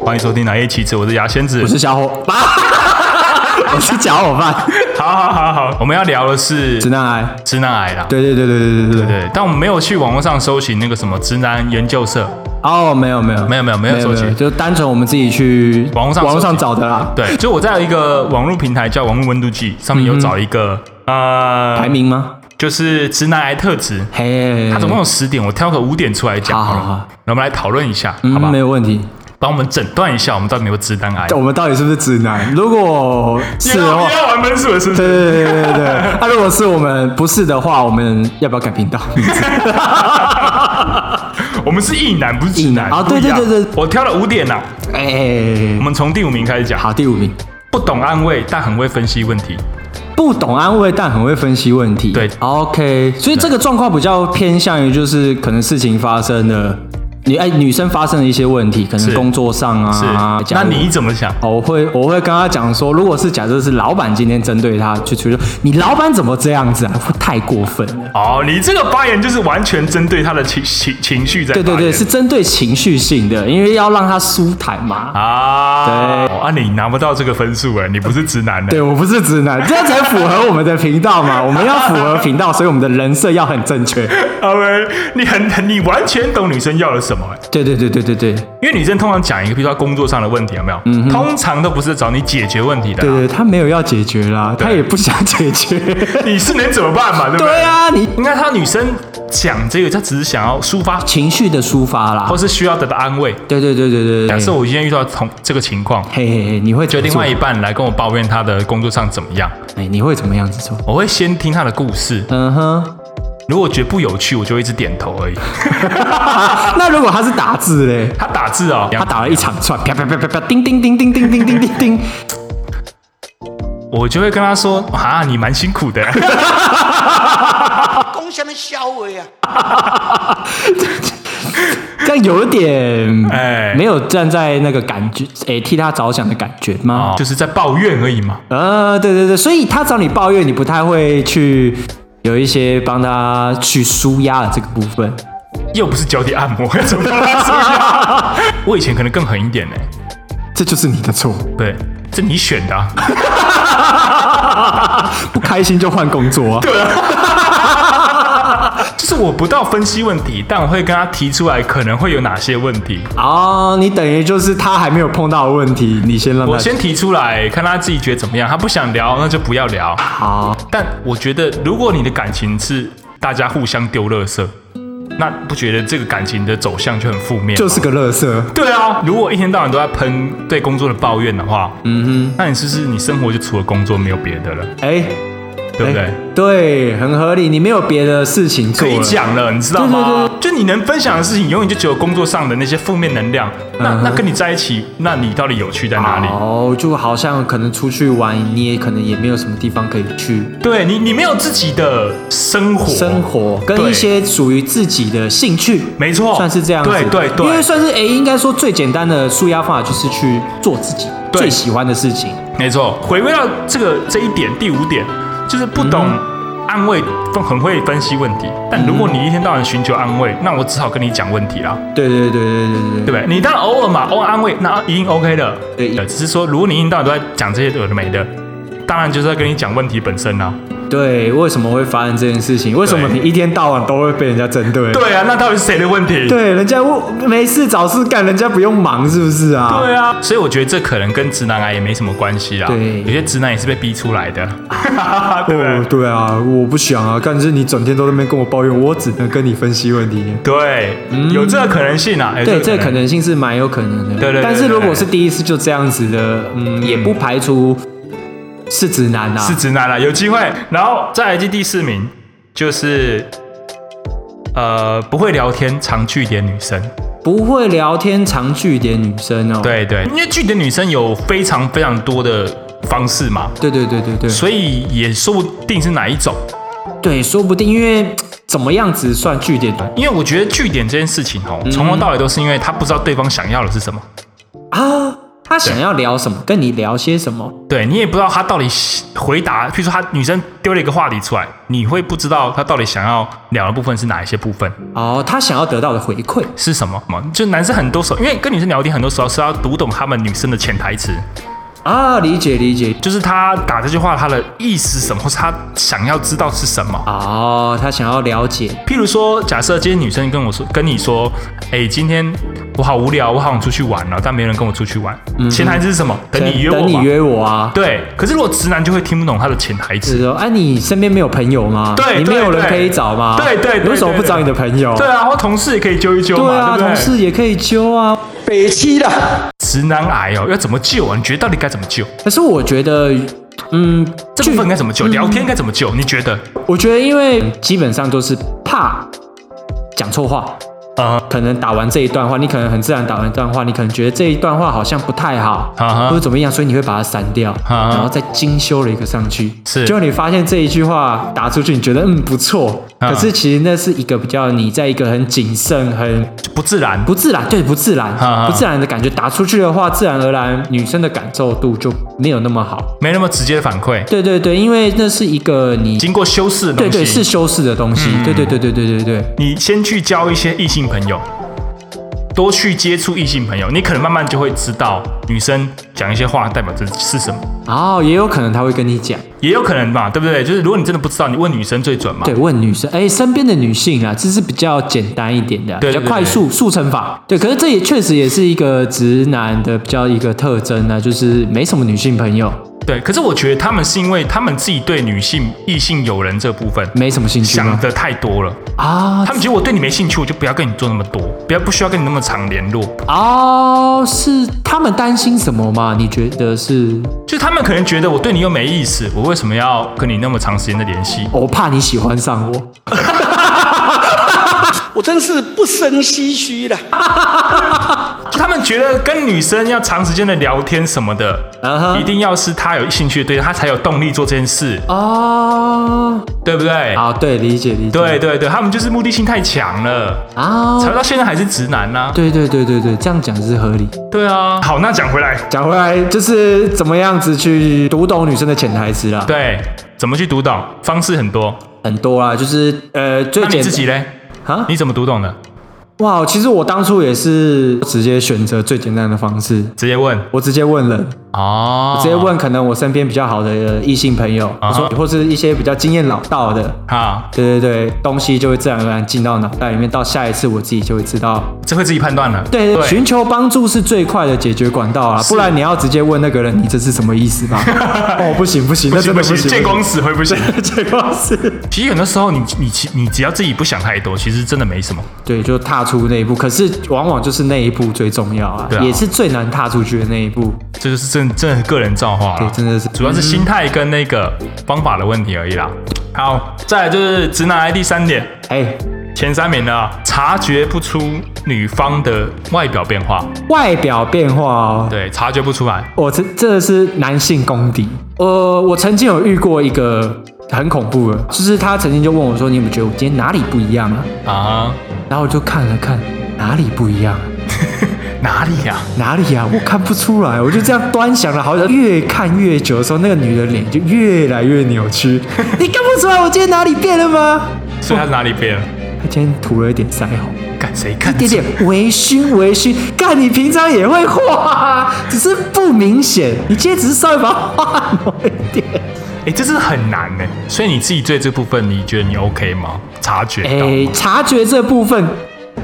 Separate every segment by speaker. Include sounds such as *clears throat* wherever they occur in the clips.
Speaker 1: 欢迎收听《来一棋子》，我是牙仙子
Speaker 2: 我。是小伙，我是小伙伴，
Speaker 1: 好好好好，我们要聊的是
Speaker 2: 直男癌。
Speaker 1: 直男癌啦。
Speaker 2: 对对对对对对对对。
Speaker 1: 对，但我们没有去网络上搜寻那个什么直男研究社。
Speaker 2: 哦，没有没有
Speaker 1: 没有没有没
Speaker 2: 没
Speaker 1: 有
Speaker 2: 有
Speaker 1: 收集
Speaker 2: 没有，就单纯我们自己去
Speaker 1: 网络上
Speaker 2: 网络
Speaker 1: 搜
Speaker 2: 上
Speaker 1: 集
Speaker 2: 找的啦。
Speaker 1: 对，就我在一个网络平台叫网络温度计，上面有找一个、
Speaker 2: 嗯排
Speaker 1: 呃，
Speaker 2: 名吗？
Speaker 1: 就是直男癌特质。
Speaker 2: 嘿，
Speaker 1: 它总共有十点，我挑个五点出来讲
Speaker 2: 好
Speaker 1: 好了。
Speaker 2: 好好
Speaker 1: 然后我们来讨论一下，好
Speaker 2: 嗯
Speaker 1: 吧
Speaker 2: 没？有问题。
Speaker 1: 帮我们诊断一下，我们到底有没有直男癌？
Speaker 2: 我们到底是不是直男？如果是的话
Speaker 1: 又，要玩分数了，是不
Speaker 2: 对
Speaker 1: 是？
Speaker 2: 对对对对对。那如果是我们不是的话，我们要不要改频道名字？
Speaker 1: 我们是异男，不是直男
Speaker 2: 异男啊
Speaker 1: 不一样
Speaker 2: 对对对对
Speaker 1: 我挑了五点呐、
Speaker 2: 哎
Speaker 1: 我，们从第五名开始讲。
Speaker 2: 好，第五名，
Speaker 1: 不懂安慰，但很会分析问题。
Speaker 2: 不懂安慰，但很会分析问题。
Speaker 1: 对
Speaker 2: ，OK，所以这个状况比较偏向于就是可能事情发生了，女哎女生发生了一些问题，可
Speaker 1: 是
Speaker 2: 能工作上
Speaker 1: 是，
Speaker 2: 啊，家
Speaker 1: 那
Speaker 2: 务
Speaker 1: 你怎么想？
Speaker 2: 哦，我会我会跟他讲说，如果是假设是老板今天针对他去处理，你老板怎么这样子啊？会太过分了。
Speaker 1: 哦，你这个发言就是完全针对他的情情情绪在发
Speaker 2: 对
Speaker 1: 言。
Speaker 2: 对对，是针对情绪性的，因为要让他舒坦嘛。
Speaker 1: 啊。
Speaker 2: 对
Speaker 1: 哦啊，你拿不到这个分数哎，你不是直男哎。
Speaker 2: 对我不是直男，这样才符合我们的频道嘛。我们要符合频道，所以我们的人设要很
Speaker 1: *laughs*
Speaker 2: 正确。
Speaker 1: 阿威，啊你很很你完全懂女生要的什么哎。
Speaker 2: 对对对对对对
Speaker 1: 因为女生通常讲一个，比如说她工作上的问题，有没有？
Speaker 2: 嗯
Speaker 1: 通常都不是找你解决问题的
Speaker 2: 对
Speaker 1: 啦。
Speaker 2: 对，他没有要解决啦，他也不想解 *laughs* 决。
Speaker 1: 你是能怎么办嘛？对不对？
Speaker 2: 对啊，你
Speaker 1: 应该她女生讲这个，她只是想要抒发，
Speaker 2: 情绪的抒发啦
Speaker 1: 或。是需要得到安慰。
Speaker 2: 对对对对对对
Speaker 1: 假设
Speaker 2: 对。
Speaker 1: 我今天遇到同这个情况，
Speaker 2: 嘿嘿嘿，你会
Speaker 1: 就
Speaker 2: 怎么
Speaker 1: 另
Speaker 2: 做
Speaker 1: 外一半来跟我抱怨他的工作上怎么样，
Speaker 2: 哎，你会怎么样子做？
Speaker 1: 我会先听他的故事，
Speaker 2: 嗯哼。
Speaker 1: 如果觉得不有趣，我就一直点头而已。
Speaker 2: 那如果他是打字嘞？
Speaker 1: 他打字哦，
Speaker 2: 他打了一长串，啪啪啪啪啪，叮叮叮叮叮叮叮叮叮。
Speaker 1: 我就会跟他说啊，你蛮辛苦
Speaker 2: *laughs*
Speaker 1: 的，
Speaker 3: 讲什么笑话啊？
Speaker 2: 这样有点，
Speaker 1: 哎
Speaker 2: 哎， *laughs* 没有站在那个感觉，哎，替他着想的感觉吗？
Speaker 1: 哦就是在抱怨而已嘛。
Speaker 2: 呃，对对对，所以他找你抱怨，你不太会去有一些帮他去舒压的这个部分。
Speaker 1: 又不是脚底按摩，怎么办我以前可能更狠一点呢。
Speaker 2: 这就是你的错，
Speaker 1: 对，这你选的啊、
Speaker 2: *laughs* 不开心就换工作啊！对，
Speaker 1: 就是我不到分析问题，但我会跟他提出来可能会有哪些问题，
Speaker 2: 哦，你等于就是他还没有碰到的问题，你先让他
Speaker 1: 我先提出来，看他自己觉得怎么样。他不想聊，那就不要聊。
Speaker 2: 好，
Speaker 1: 但我觉得，如果你的感情是大家互相丢垃圾，那不觉得这个感情的走向就很负面？
Speaker 2: 就是个乐色。
Speaker 1: 对啊，如果一天到晚都在喷对工作的抱怨的话，嗯哼，那你是不是你生活就除了工作没有别的了，
Speaker 2: 哎，
Speaker 1: 对不对？
Speaker 2: 哎对，很合理，你没有别的事情做
Speaker 1: 可
Speaker 2: 了
Speaker 1: 以讲了，你知道吗？
Speaker 2: 对对
Speaker 1: 就你能分享的事情，永远就只有工作上的那些负面能量。那、那跟你在一起，那你到底有趣在哪里？
Speaker 2: 嗯哦，就好像可能出去玩，你也可能也没有什么地方可以去
Speaker 1: 对你，你没有自己的生活，
Speaker 2: 生活，跟
Speaker 1: 对
Speaker 2: 一些属于自己的兴趣，
Speaker 1: 没错
Speaker 2: 算是这样子。
Speaker 1: 对对对
Speaker 2: 因为算是诶，应该说最简单的舒压方法就是去做自己
Speaker 1: 对
Speaker 2: 最喜欢的事情。
Speaker 1: 没错，回归到这个这一点，第五点就是不懂安慰，分很会分析问题。但如果你一天到晚寻求安慰，那我只好跟你讲问题啦，
Speaker 2: 对对对对对
Speaker 1: 对
Speaker 2: 对
Speaker 1: 不对？你当然偶尔嘛，偶尔安慰，那一定 OK 的。
Speaker 2: 对
Speaker 1: 呃只是说如果你一天到晚都在讲这些有的没的，当然就是在跟你讲问题本身啊啦、
Speaker 2: 对，为什么会发生这件事情？为什么
Speaker 1: 对
Speaker 2: 你一天到晚都会被人家针对？
Speaker 1: 对啊，那到底是谁的问题？
Speaker 2: 对，人家我没事找事干，人家不用忙，是不是啊？
Speaker 1: 对啊，所以我觉得这可能跟直男癌也没什么关系啦。
Speaker 2: 对
Speaker 1: 有些直男也是被逼出来的，对不对？
Speaker 2: 哦，对啊，我不想啊，但是你整天都在那边跟我抱怨，我只能跟你分析问题。
Speaker 1: 对，有这个可能性啊。有
Speaker 2: 对，
Speaker 1: 这
Speaker 2: 这
Speaker 1: 个
Speaker 2: 可能性是蛮有可能的。
Speaker 1: 对对对
Speaker 2: 但是
Speaker 1: 对
Speaker 2: 如
Speaker 1: 对
Speaker 2: 果是第一次就这样子的，嗯，也不排除是直男啊。
Speaker 1: 是直男了，有机会。然后再来第第四名就是，呃，不会聊天，常据点女生。
Speaker 2: 不会聊天、常据点女生哦。
Speaker 1: 对对，因为据点女生有非常非常多的方式嘛，
Speaker 2: 对对对对对
Speaker 1: 所以也说不定是哪一种。
Speaker 2: 对，说不定因为怎么样子算据点
Speaker 1: 因为我觉得据点这件事情哦，从头到尾都是因为他不知道对方想要的是什么。
Speaker 2: 啊？他想要聊什么，跟你聊些什么。
Speaker 1: 对你也不知道他到底回答，譬如说他女生丢了一个话题出来，你会不知道他到底想要聊的部分是哪一些部分，
Speaker 2: 哦，他想要得到的回馈，
Speaker 1: 是什么嘛？就男生很多时候，因为跟女生聊天，很多时候是要读懂他们女生的潜台词，
Speaker 2: 啊，理解理解。
Speaker 1: 就是他打这句话他的意思是什么，或是他想要知道是什么。
Speaker 2: 哦，他想要了解，
Speaker 1: 譬如说，假设今天女生跟我说，跟你说，哎、今天我好无聊，我好想出去玩了、但没人跟我出去玩。
Speaker 2: 嗯
Speaker 1: 潜台词是什么？等你约我
Speaker 2: 等你
Speaker 1: 嘛。
Speaker 2: 约我啊。
Speaker 1: 对，可是如果直男就会听不懂他的潜台
Speaker 2: 就是
Speaker 1: 词。
Speaker 2: 说，哎、你身边没有朋友吗？
Speaker 1: 对
Speaker 2: 你没
Speaker 1: 对
Speaker 2: 有人
Speaker 1: 对
Speaker 2: 可以找吗？
Speaker 1: 对对对
Speaker 2: 你为什么
Speaker 1: 对
Speaker 2: 不
Speaker 1: 对
Speaker 2: 找你的朋友？
Speaker 1: 对啊，或同事也可以揪一揪嘛，
Speaker 2: 对
Speaker 1: 对
Speaker 2: 啊，
Speaker 1: 不对？
Speaker 2: 同事也可以揪啊。
Speaker 3: 北七的。
Speaker 1: 直男癌哦，要怎么救啊？你觉得到底该怎么救？
Speaker 2: 可是我觉得，嗯，
Speaker 1: 这
Speaker 2: 距
Speaker 1: 部分该怎么救？
Speaker 2: 嗯
Speaker 1: 聊天该怎么救？你觉得？
Speaker 2: 我觉得，因为基本上都是怕讲错话。
Speaker 1: 呃，
Speaker 2: 可能打完这一段话，你可能很自然打完一段话，你可能觉得这一段话好像不太好
Speaker 1: 啊哈啊
Speaker 2: 或者怎么样，所以你会把它删掉
Speaker 1: 哈
Speaker 2: 然后再精修了一个上去。
Speaker 1: 是
Speaker 2: 就你发现这一句话打出去，你觉得嗯不错
Speaker 1: 啊
Speaker 2: 可是其实那是一个比较你在一个很谨慎、很
Speaker 1: 不自然。
Speaker 2: 不自然，对不自然
Speaker 1: 啊哈
Speaker 2: 不自然的感觉打出去的话，自然而然女生的感受度就没有那么好。
Speaker 1: 没那么直接的反馈，
Speaker 2: 对对对，因为那是一个你
Speaker 1: 经过修饰的东
Speaker 2: 对
Speaker 1: 西。嗯
Speaker 2: 对是修饰的东西，对对对对对对对。
Speaker 1: 你先去交一些异性朋友，多去接触异性朋友，你可能慢慢就会知道女生讲一些话代表着是什么。
Speaker 2: 然后哦也有可能他会跟你讲，
Speaker 1: 也有可能嘛，对不对？就是如果你真的不知道，你问女生最准嘛。
Speaker 2: 对，问女生，哎，身边的女性啊，这是比较简单一点的，
Speaker 1: 对
Speaker 2: 比较
Speaker 1: 对对
Speaker 2: 快速速成法。对，可是这也确实也是一个直男的比较一个特征呢、就是没什么女性朋友，
Speaker 1: 对可是我觉得他们是因为他们自己对女性、异性友人这部分
Speaker 2: 没什么兴趣
Speaker 1: 想
Speaker 2: 吗？
Speaker 1: 的太多了，
Speaker 2: 啊
Speaker 1: 他们觉得我对你没兴趣，我就不要跟你做那么多，不要不需要跟你那么常联络。
Speaker 2: 哦，是他们担心什么吗？你觉得是？
Speaker 1: 就是他们可能觉得我对你又没意思，我为什么要跟你那么长时间的联系？
Speaker 2: 我怕你喜欢上我，
Speaker 3: 我真是不生唏嘘了。
Speaker 1: 就他们觉得跟女生要长时间的聊天什么的
Speaker 2: 啊哈
Speaker 1: 一定要是她有兴趣的对象，她才有动力做这件事，
Speaker 2: 哦，
Speaker 1: 对不对？
Speaker 2: 啊，对，理解理解，
Speaker 1: 对对对，他们就是目的性太强了，
Speaker 2: 啊
Speaker 1: 才，会到现在还是直男呐、
Speaker 2: 对对对对对，这样讲是合理。
Speaker 1: 对啊，好，那讲回来，
Speaker 2: 讲回来，就是怎么样子去读懂女生的潜台词啦，
Speaker 1: 对，怎么去读懂？方式很多，
Speaker 2: 很多啦，就是呃最
Speaker 1: 那你
Speaker 2: 简
Speaker 1: 自己嘞？
Speaker 2: 啊，
Speaker 1: 你怎么读懂的？
Speaker 2: 哇，其实我当初也是直接选择最简单的方式，
Speaker 1: 直接问
Speaker 2: 我直接问人，
Speaker 1: 哦，
Speaker 2: 直接问可能我身边比较好的呃异性朋友，
Speaker 1: 啊哈
Speaker 2: 说或是一些比较经验老道的，
Speaker 1: 好，
Speaker 2: 对对对，东西就会自然而然进到脑袋里面，到下一次我自己就会知道
Speaker 1: 这会自己判断了。
Speaker 2: 对，寻求帮助是最快的解决管道啊，不然你要直接问那个人，你这是什么意思
Speaker 1: *laughs*
Speaker 2: 吧？哦，不行不行，
Speaker 1: 不
Speaker 2: 那
Speaker 1: 行
Speaker 2: 真
Speaker 1: 不
Speaker 2: 的不
Speaker 1: 行，
Speaker 2: 行，
Speaker 1: 见
Speaker 2: *laughs*
Speaker 1: 光死会不行。
Speaker 2: 结果是，
Speaker 1: *laughs* 其实很多时候你，你其你只要自己不想太多，其实真的没什么。
Speaker 2: 对，就踏出那一步，可是往往就是那一步最重要啊，
Speaker 1: 对啊
Speaker 2: 也是最难踏出去的那一步，
Speaker 1: 这就是真真的个人造化
Speaker 2: 对，
Speaker 1: 了，
Speaker 2: 真的是
Speaker 1: 主要是心态跟那个方法的问题而已啦。好，再来就是直男癌第三点，
Speaker 2: 哎，
Speaker 1: 前三名呢，察觉不出女方的外表变化，
Speaker 2: 外表变化哦，
Speaker 1: 对，察觉不出来，
Speaker 2: 我这这是男性公敌。呃，我曾经有遇过一个很恐怖的，就是他曾经就问我说：“你有没有觉得我今天哪里不一样啊
Speaker 1: 啊，？”
Speaker 2: 然后我就看了看哪里不一样，啊
Speaker 1: 哪里呀、
Speaker 2: 哪里啊，我看不出来。我就这样端详了好久，越看越久的时候，那个女的脸就越来越扭曲。 *laughs* 你看不出来我今天哪里变了吗？
Speaker 1: 所以他是哪里
Speaker 2: *laughs*
Speaker 1: 变了？
Speaker 2: 她今天涂了一点腮红。
Speaker 1: 干谁看？
Speaker 2: 一点点微醺，微醺。看你平常也会画啊，只是不明显。你今天只是稍微把它画浓一点。
Speaker 1: 哎、这是很难哎、所以你自己对这部分，你觉得你 OK 吗？察觉到
Speaker 2: 哎，察觉这部分，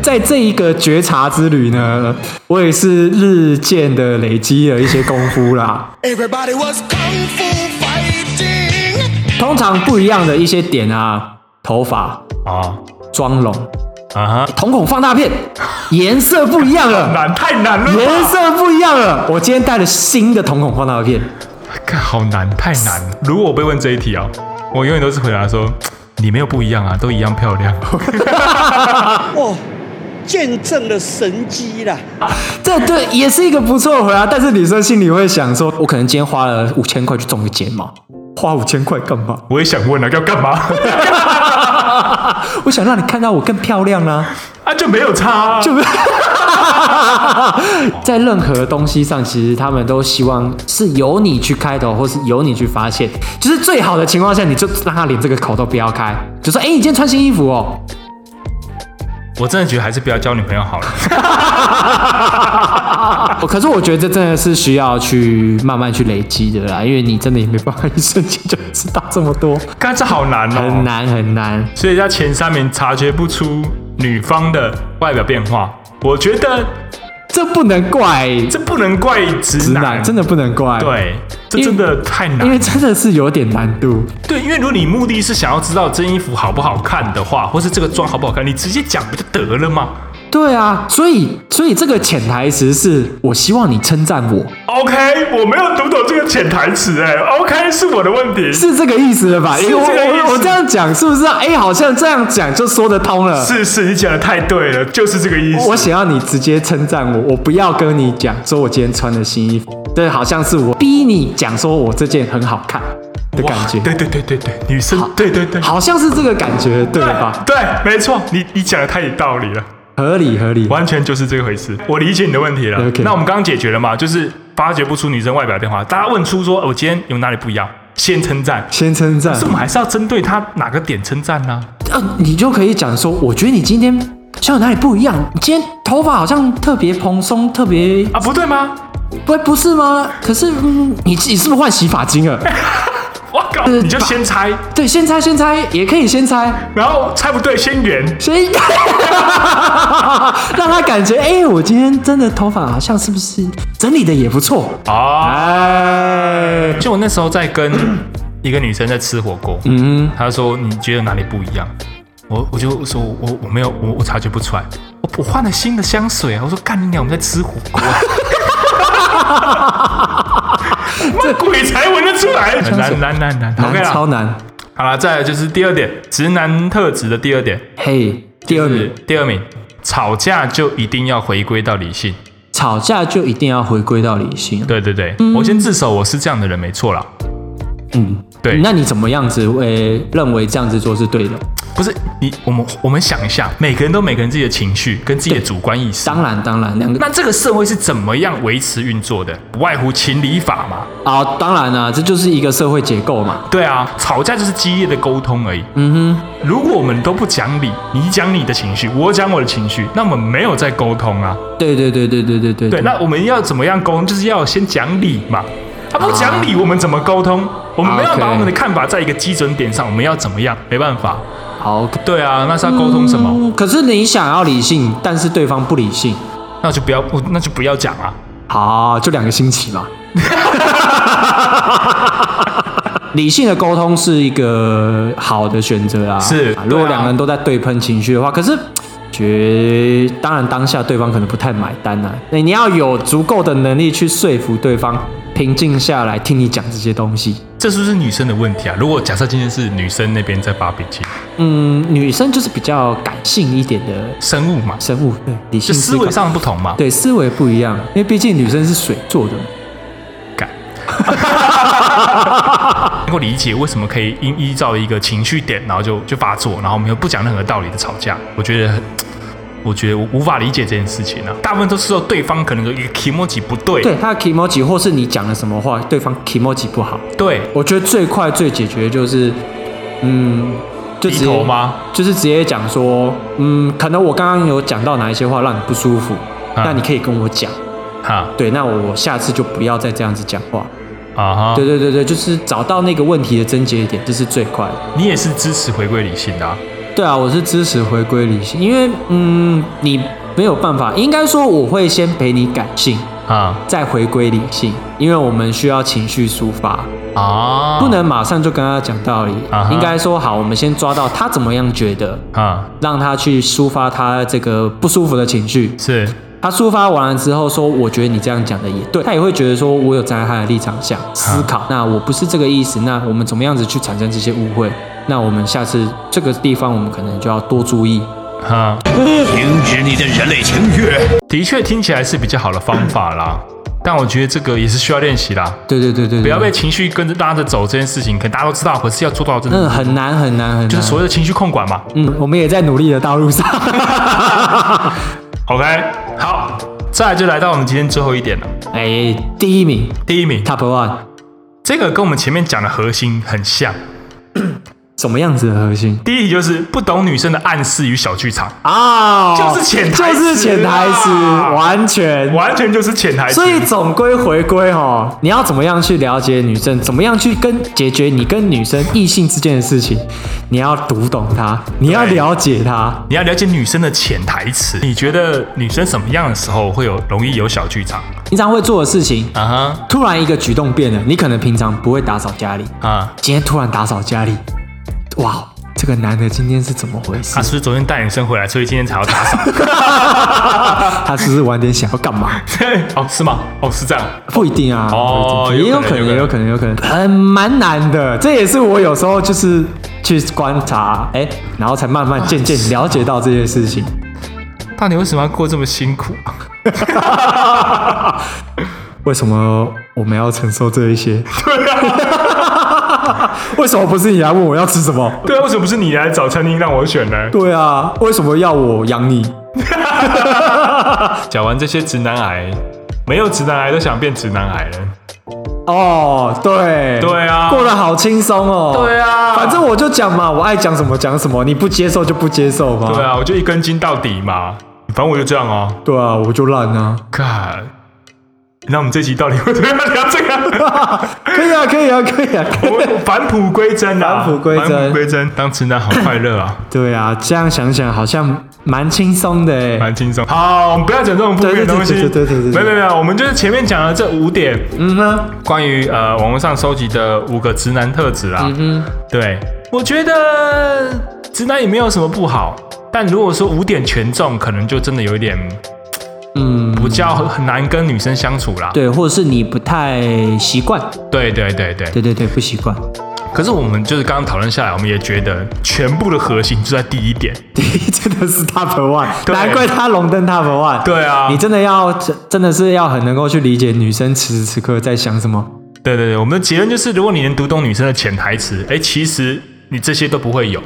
Speaker 2: 在这一个觉察之旅呢，我也是日渐的累积了一些功夫啦。
Speaker 4: Everybody was kung fu fighting.
Speaker 2: 通常不一样的一些点啊，头发、
Speaker 1: 啊
Speaker 2: 妆容、
Speaker 1: 啊哈，
Speaker 2: 瞳孔放大片，颜色不一样
Speaker 1: *laughs*
Speaker 2: 了，
Speaker 1: 难太难了
Speaker 2: 颜
Speaker 1: 吧，
Speaker 2: 色不一样了。我今天带了新的瞳孔放大片。
Speaker 1: 看好难，太难了。如果我被问这一题哦，我永远都是回答说。你没有不一样啊，都一样漂亮。
Speaker 3: 哦，见证了神机了。
Speaker 2: 这对也是一个不错的回答，但是女生心里会想说，我可能今天花了五千块去种个睫毛，花五千块 *laughs* 干嘛？
Speaker 1: 我也想问啊，要干嘛？ *laughs*
Speaker 2: 我想让你看到我更漂亮啊，
Speaker 1: 啊，就没有差、啊，
Speaker 2: 就 *laughs* 在任何东西上，其实他们都希望是由你去开头，或是由你去发现。就是最好的情况下，你就让他连这个口都不要开，就说：“哎、你今天穿新衣服哦。
Speaker 1: 我真的觉得还是不要交女朋友好了。
Speaker 2: 哦” *laughs* 可是我觉得这真的是需要去慢慢去累积的啦，因为你真的也没办法一瞬间就知道这么多，
Speaker 1: 干这好难 *laughs* 哦，
Speaker 2: 很。难很难。
Speaker 1: 所以要前三名察觉不出女方的外表变化，我觉得
Speaker 2: 这不能怪
Speaker 1: 这不能怪直男，
Speaker 2: 直男，真的不能怪。。
Speaker 1: *laughs* 对，这
Speaker 2: 因为
Speaker 1: 真的太难
Speaker 2: 因为
Speaker 1: 了。
Speaker 2: 真的是有点难度，
Speaker 1: 对，因为如果你目的是想要知道这件衣服好不好看的话，或是这个妆好不好看，你直接讲不就得了吗
Speaker 2: 对啊，所以所以这个潜台词是我希望你称赞我，
Speaker 1: ？OK，我没有读懂这个潜台词，哎，OK 是我的问题，
Speaker 2: 是这个意思了吧？
Speaker 1: 是
Speaker 2: 因为我
Speaker 1: 这个意思
Speaker 2: 我我这样讲是不是？哎、好像这样讲就说得通了。
Speaker 1: 是是，你讲的太对了，就是这个意思。
Speaker 2: 我想要你直接称赞我，我不要跟你讲说我今天穿的新衣服，对，好像是我逼你讲说我这件很好看的感觉
Speaker 1: 哇，对对对对对，女生，对对对，
Speaker 2: 好像是这个感觉，对了吧？
Speaker 1: 对，没错，你你讲的太有道理了，
Speaker 2: 合理合理，
Speaker 1: 完全就是这个回事。我理解你的问题了。
Speaker 2: OK
Speaker 1: 那我们刚刚解决了嘛，就是发掘不出女生外表的变化，大家问出说我哦今天有哪里不一样，先称赞。
Speaker 2: 先称赞
Speaker 1: 可是。我们还是要针对她哪个点称赞呢？
Speaker 2: 呃，你就可以讲说，我觉得你今天像有哪里不一样，你今天头发好像特别蓬松，特别
Speaker 1: 啊，不对吗？
Speaker 2: 不不是吗？可是，嗯，你你是不是换洗发精
Speaker 1: *laughs*
Speaker 2: 了？
Speaker 1: 我靠，
Speaker 2: 呃
Speaker 1: 你就先猜，
Speaker 2: 对，先猜先猜，也可以先猜，
Speaker 1: 然后猜不对先圆。
Speaker 2: 所以 *laughs* 让他感觉，哎、我今天真的头发好像是不是整理的也不错？
Speaker 1: 啊。
Speaker 2: 哎，
Speaker 1: 就我那时候在跟 *clears throat* 一个女生在吃火锅，嗯，她说你觉得哪里不一样？我我就说我我没有我我察觉不出来，我我换了新的香水啊！我说干你娘，我们在吃火锅、 *laughs* 啊。这鬼才闻得出来，很难难难难
Speaker 2: 难
Speaker 1: ，OK
Speaker 2: 超
Speaker 1: 啦。
Speaker 2: 难。
Speaker 1: 好了，再来就是第二点，直男特质的第二点，
Speaker 2: 嘿，第二
Speaker 1: 是
Speaker 2: 名，
Speaker 1: 第二名，吵架就一定要回归到理性。
Speaker 2: 吵架就一定要回归到理性。
Speaker 1: 对对对，我先自首，我是这样的人，没错啦。
Speaker 2: 嗯，
Speaker 1: 对
Speaker 2: 那你怎么样子会认为这样子做是对的？
Speaker 1: 不是你，我们我们想一下，每个人都有每个人自己的情绪跟自己的主观意识。
Speaker 2: 当然，当然，两个
Speaker 1: 那这个社会是怎么样维持运作的？不外乎情理法嘛。
Speaker 2: 啊、当然啦、这就是一个社会结构嘛。
Speaker 1: 对啊，吵架就是激烈的沟通而已。
Speaker 2: 嗯哼，
Speaker 1: 如果我们都不讲理，你讲你的情绪，我讲我的情绪，那我们没有在沟通啊。
Speaker 2: 对对对对对对对
Speaker 1: 对，那我们要怎么样沟通？就是要先讲理嘛。他不讲理，我们怎么沟通？我们没有把
Speaker 2: OK
Speaker 1: 我们的看法在一个基准点上，我们要怎么样？没办法。
Speaker 2: 好。OK
Speaker 1: 对啊，那是要沟通什么？
Speaker 2: 嗯可是你想要理性，但是对方不理性，
Speaker 1: 那就不要，我那就不要讲啊。
Speaker 2: 好，就两个
Speaker 1: *laughs*
Speaker 2: 星期嘛。理性的沟通是一个好的选择啊。
Speaker 1: 是
Speaker 2: 啊如
Speaker 1: 对
Speaker 2: 果
Speaker 1: 啊
Speaker 2: 两个人都在对喷情绪的话，可是觉当然当下对方可能不太买单啊。那你要有足够的能力去说服对方平静下来，听你讲这些东西。
Speaker 1: 这是不是女生的问题啊？如果假设今天是女生那边在发脾气，
Speaker 2: 嗯，女生就是比较感性一点的
Speaker 1: 生物嘛，
Speaker 2: 生物，对理
Speaker 1: 就
Speaker 2: 性
Speaker 1: 思
Speaker 2: 思
Speaker 1: 维
Speaker 2: 考，
Speaker 1: 上的不同嘛。
Speaker 2: 对思维不一样，因为毕竟女生是水做的嘛。
Speaker 1: 感， *laughs* 能够理解为什么可以依依照一个情绪点，然后就就发作，然后我们又不讲任何道理的吵架，我觉得很。我觉得我无法理解这件事情啊，大部分都是说对方可能有一个 emoji 不对，
Speaker 2: 对他的 k i m o j i 或是你讲了什么话，对方 k i m o j i 不好，
Speaker 1: 对
Speaker 2: 我觉得最快最解决的就是，嗯，就直
Speaker 1: 低头
Speaker 2: 接
Speaker 1: 吗？
Speaker 2: 就是直接讲说，嗯，可能我刚刚有讲到哪一些话让你不舒服，
Speaker 1: 啊
Speaker 2: 那你可以跟我讲，
Speaker 1: 哈
Speaker 2: 对，那我下次就不要再这样子讲话。
Speaker 1: 啊哈，
Speaker 2: 对对对对，就是找到那个问题的症结点，这是最快的。
Speaker 1: 你也是支持回归理性的、啊，
Speaker 2: 对啊，我是支持回归理性，因为嗯，你没有办法，应该说我会先陪你感性，
Speaker 1: 啊
Speaker 2: 再回归理性，因为我们需要情绪抒发，
Speaker 1: 啊，
Speaker 2: 不能马上就跟他讲道理
Speaker 1: 啊哈
Speaker 2: 应该说好，我们先抓到他怎么样觉得，
Speaker 1: 啊，
Speaker 2: 让他去抒发他这个不舒服的情绪。
Speaker 1: 是
Speaker 2: 他抒发完了之后说，我觉得你这样讲的也对，他也会觉得说我有站在他的立场下思
Speaker 1: 啊
Speaker 2: 考，那我不是这个意思，那我们怎么样子去产生这些误会？那我们下次这个地方我们可能就要多注意。
Speaker 1: 哈。
Speaker 4: 停止你的人类情欲！
Speaker 1: 啊的确听起来是比较好的方法啦，但我觉得这个也是需要练习啦。
Speaker 2: 对对对对对，
Speaker 1: 不要被情绪跟着拉着走这件事情，可能大家都知道，可是要做到真的、
Speaker 2: 嗯很难很难很难，
Speaker 1: 就是所谓的情绪控管嘛。
Speaker 2: 嗯，我们也在努力的道路上。
Speaker 1: OK，好，再来就来到我们今天最后一点了，
Speaker 2: *laughs* 哎，第一名
Speaker 1: 第一名，
Speaker 2: Top One，
Speaker 1: 这个跟我们前面讲的核心很像。
Speaker 2: 什么样子的核心
Speaker 1: 第一题就是不懂女生的暗示与小剧场，
Speaker 2: 啊？
Speaker 1: 就是潜台词啊
Speaker 2: 就是潜台词，完全。
Speaker 1: 完全就是潜台词。
Speaker 2: 所以总归回归哦，你要怎么样去了解女生，怎么样去跟解决你跟女生异性之间的事情，你要读懂她，你要
Speaker 1: 对
Speaker 2: 了解她。
Speaker 1: 你要了解女生的潜台词，你觉得女生什么样的时候会有容易有小剧场？
Speaker 2: 平常会做的事情，
Speaker 1: 啊哈
Speaker 2: 突然一个举动变了，你可能平常不会打扫家里，
Speaker 1: 啊，
Speaker 2: 今天突然打扫家里，哇，这个男的今天是怎么回
Speaker 1: *laughs*
Speaker 2: 事
Speaker 1: 他？是不是昨天带女生回来，所以今天才要打扫？
Speaker 2: 他是不是晚点想要干嘛？
Speaker 1: 哦，是吗？哦，是这样。
Speaker 2: 不一定啊，
Speaker 1: 哦
Speaker 2: 不一定也
Speaker 1: 有
Speaker 2: 有
Speaker 1: 可
Speaker 2: 可
Speaker 1: 能
Speaker 2: 能，也
Speaker 1: 有
Speaker 2: 有
Speaker 1: 可
Speaker 2: 可能，有可能，很蛮难的。这也是我有时候就是去观察，哎、然后才慢慢渐渐了解到这件事情。 *laughs*
Speaker 1: 到底为什么要过这么辛苦啊？
Speaker 2: 为什么我们要承受这一些？ *laughs* 为什么不是你来问我要吃什么？
Speaker 1: *laughs* 对啊，为什么不是你来找餐厅让我选呢？
Speaker 2: 对啊，为什么要我养你？
Speaker 1: 讲完这些直男癌，没有直男癌都想变直男癌了。
Speaker 2: 哦，对，
Speaker 1: 对啊
Speaker 2: 过得好轻松哦。
Speaker 1: 对啊
Speaker 2: 反正我就讲嘛，我爱讲什么讲什么，你不接受就不接受嘛。
Speaker 1: 对，啊，我就一根筋到底嘛，反正我就这样哦。
Speaker 2: 对啊，我就烂啊。
Speaker 1: God，那我们这集到底为什么要聊这
Speaker 2: *laughs*
Speaker 1: 个？
Speaker 2: 可以啊，可以啊，可以啊。
Speaker 1: 我们返璞归真啊，
Speaker 2: 返璞归真
Speaker 1: 返璞归真，当直男好快乐
Speaker 2: *laughs*
Speaker 1: 啊，
Speaker 2: 对啊，这样想想好像蛮轻松的哎。
Speaker 1: 蛮轻松。好，我们不要讲这种负面的东西。
Speaker 2: 对对对对对
Speaker 1: 没
Speaker 2: 对
Speaker 1: 有没有没有，我们就是前面讲的这五点，
Speaker 2: 嗯呢，
Speaker 1: 关于呃网络上收集的五个直男特质啊，
Speaker 2: 嗯哼，
Speaker 1: 对，我觉得直男也没有什么不好，但如果说五点全中，可能就真的有一点
Speaker 2: 嗯，
Speaker 1: 比较很难跟女生相处啦。
Speaker 2: 对，或者是你不太习惯，
Speaker 1: 对对对对
Speaker 2: 对对对，不习惯。
Speaker 1: 可是我们就是刚刚讨论下来，我们也觉得全部的核心就在第一点。
Speaker 2: 第一 *laughs* 真的是 top one，
Speaker 1: 对
Speaker 2: 难怪他龙灯 top one。
Speaker 1: 对啊
Speaker 2: 你真的要真真的是要很能够去理解女生此时此刻在想什么。
Speaker 1: 对对对，我们的结论就是，如果你能读懂女生的潜台词，哎，其实你这些都不会有，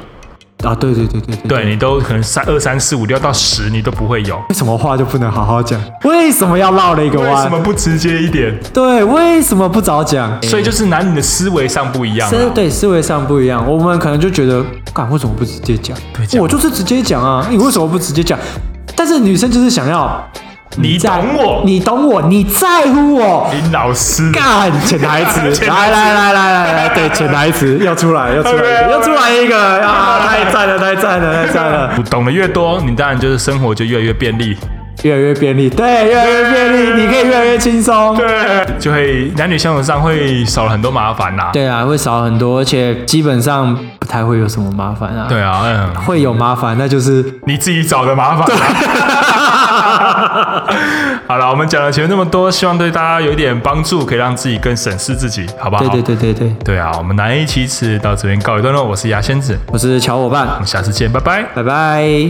Speaker 2: 啊，对对对对对。
Speaker 1: 对你都可能三二三四五六到十，你都不会有。
Speaker 2: 为什么话就不能好好讲？为什么要绕了一个
Speaker 1: 为什
Speaker 2: 弯
Speaker 1: 么？不直接一点？
Speaker 2: 对，为什么不早讲？
Speaker 1: 所以就是男女的思维上不一样
Speaker 2: 思
Speaker 1: 啊。
Speaker 2: 对思维上不一样，我们可能就觉得，干为什么不直接讲？
Speaker 1: 讲
Speaker 2: 我就是直接讲啊，你为什么不直接讲？但是女生就是想要
Speaker 1: 你
Speaker 2: 在
Speaker 1: 懂我，
Speaker 2: 你懂我，你在乎我，
Speaker 1: 林老师。
Speaker 2: 干潜台词，
Speaker 1: 潜台词
Speaker 2: 来来来来来来，对潜台词要出来，要出来一
Speaker 1: OK，OK
Speaker 2: 个，要出来一个啊！太赞了，太赞了，太赞了，
Speaker 1: 懂得越多，你当然就是生活就越来越便利，
Speaker 2: 越来越便利，对，越来越便利，你可以越来越轻松。
Speaker 1: 对，就会男女相处上会少了很多麻烦啦。
Speaker 2: 对啊，会少很多，而且基本上不太会有什么麻烦啊。
Speaker 1: 对，啊，嗯，
Speaker 2: 会有麻烦，那就是
Speaker 1: 你自己找的麻烦啦。 *laughs* 好了，我们讲了前面那么多，希望对大家有一点帮助，可以让自己更审视自己，好不好？
Speaker 2: 对对对对对。
Speaker 1: 对啊，我们难以启齿到这边告一段落，我是牙仙子，
Speaker 2: 我是乔伙
Speaker 1: 我
Speaker 2: 伴，
Speaker 1: 们下次见，拜拜。
Speaker 2: 拜拜。